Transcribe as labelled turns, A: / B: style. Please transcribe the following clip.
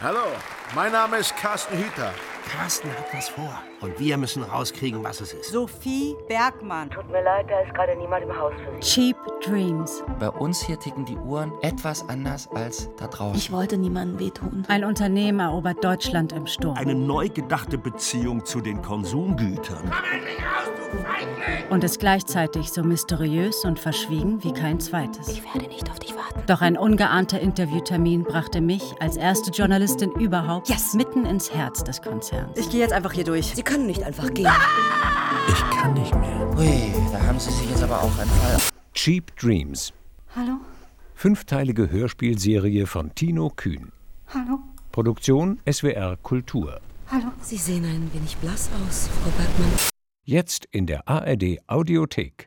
A: Hallo, mein Name ist Carsten Hüter.
B: Carsten hat was vor. Und wir müssen rauskriegen, was es ist.
C: Sophie Bergmann.
D: Tut mir leid, da ist gerade niemand im Haus für Sie.
E: Cheap Dreams.
F: Bei uns hier ticken die Uhren etwas anders als da draußen.
G: Ich wollte niemandem wehtun.
E: Ein Unternehmen erobert Deutschland im Sturm.
H: Eine neu gedachte Beziehung zu den Konsumgütern.
I: Komm endlich raus, du Feigling!
E: Und ist gleichzeitig so mysteriös und verschwiegen wie kein zweites.
G: Ich werde nicht auf dich warten.
E: Doch ein ungeahnter Interviewtermin brachte mich als erste Journalistin überhaupt
C: Yes!
E: mitten ins Herz des Konzerns.
C: Ich gehe jetzt einfach hier durch.
D: Sie können nicht einfach gehen.
B: Ich kann nicht mehr.
F: Ui, da haben sie sich jetzt aber auch einen Fall.
J: Cheap Dreams.
G: Hallo?
J: Fünfteilige Hörspielserie von Tino Kühn.
G: Hallo?
J: Produktion SWR Kultur.
G: Hallo?
D: Sie sehen ein wenig blass aus, Frau Bergmann.
J: Jetzt in der ARD Audiothek.